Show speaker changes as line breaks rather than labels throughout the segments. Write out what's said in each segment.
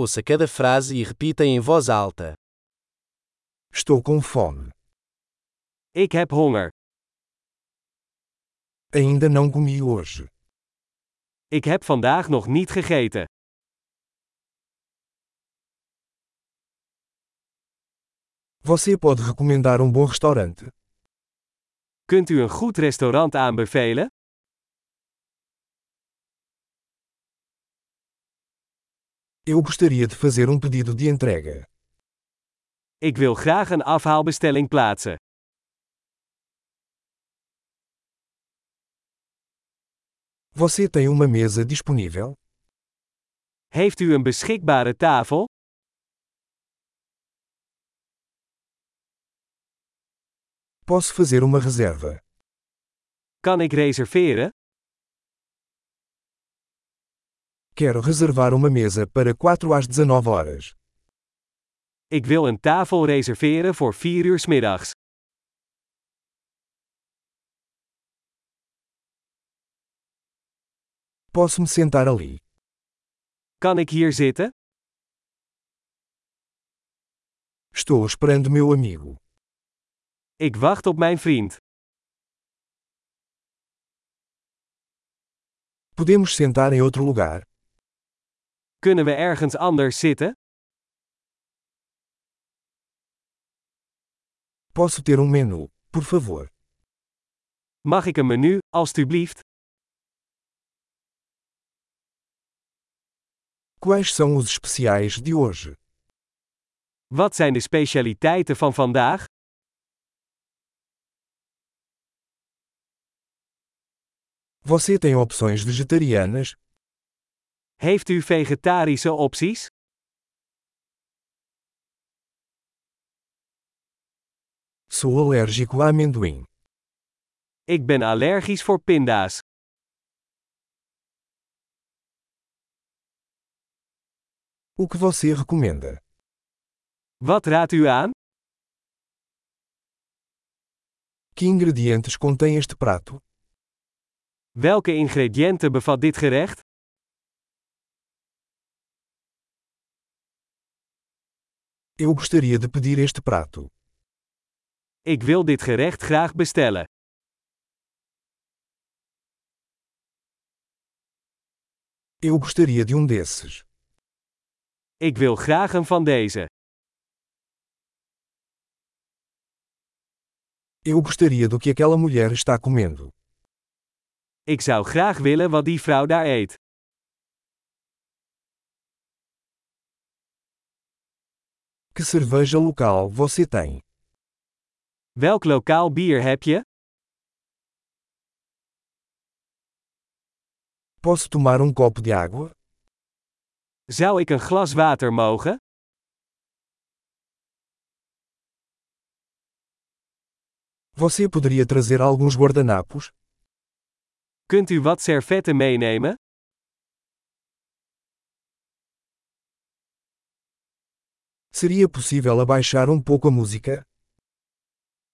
Ouça cada frase e repita em voz alta.
Estou com fome.
Ik heb honger.
Ainda não comi hoje.
Ik heb vandaag nog niet gegeten.
Você pode recomendar um bom restaurante?
Kunt u een goed restaurant aanbevelen?
Eu gostaria de fazer um pedido de entrega.
Ik wil graag een afhaalbestelling plaatsen.
Você tem uma mesa disponível?
Heeft u een beschikbare tafel?
Posso fazer uma reserva.
Kan ik reserveren?
Quero reservar uma mesa para 4 às 19 horas.
Ik wil een tafel reserveren voor 4 uur 's middags.
Posso me sentar ali?
Kan ik hier zitten?
Estou esperando meu amigo.
Ik wacht op mijn vriend.
Podemos sentar em outro lugar?
Kunnen we ergens anders zitten?
Posso ter um menu, por favor?
Mag ik een menu, alstublieft?
Quais são os especiais de hoje?
Wat zijn de specialiteiten van vandaag?
Você tem opções vegetarianas?
Heeft u vegetarische opties?
Sou alérgico a amendoim.
Ik ben allergisch voor pinda's.
O que você recomenda?
Wat raadt u aan?
Que ingredientes contém este prato?
Welke ingrediënten bevat dit gerecht?
Eu gostaria de pedir este prato.
Ik wil dit gerecht graag bestellen.
Eu gostaria de um desses.
Ik wil graag een van deze.
Eu gostaria do que aquela mulher está comendo.
Ik zou graag willen wat die vrouw daar eet.
Que cerveja local você tem?
Welk lokaal bier heb je?
Posso tomar um copo de água?
Zou ik een glas water mogen?
Você poderia trazer alguns guardanapos?
Kunt u wat servetten meenemen?
Seria possível abaixar um pouco a música?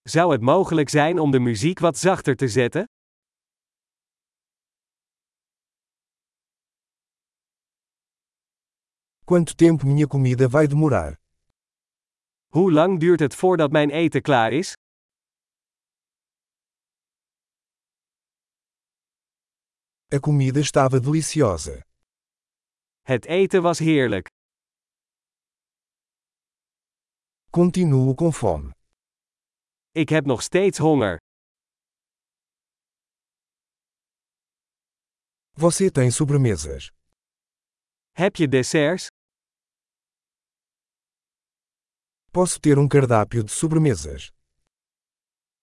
Zou het mogelijk zijn om de muziek wat zachter te zetten?
Quanto tempo minha comida vai demorar?
Hoe lang duurt het voordat mijn eten klaar is?
A comida estava deliciosa.
Het eten was heerlijk.
Continuo com fome.
Ik heb nog steeds honger.
Você tem sobremesas?
Heb je desserts?
Posso ter um cardápio de sobremesas?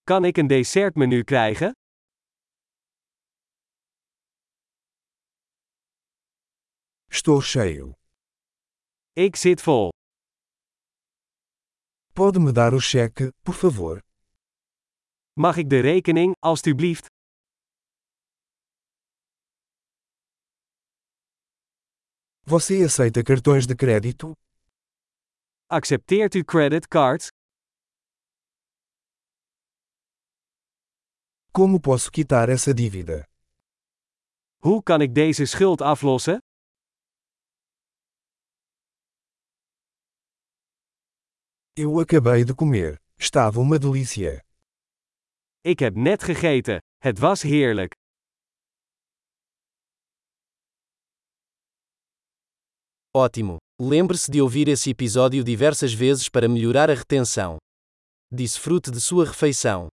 Kan ik een dessertmenu krijgen?
Estou cheio.
Ik zit vol.
Pode me dar o cheque, por favor?
Mag ik de rekening, alstublieft?
Você aceita cartões de crédito?
Accepteert u creditcards?
Como posso quitar essa dívida?
Hoe kan ik deze schuld aflossen?
Eu acabei de comer. Estava uma delícia.
Ik heb net gegeten. Het was heerlijk.
Ótimo! Lembre-se de ouvir esse episódio diversas vezes para melhorar a retenção. Desfrute de sua refeição.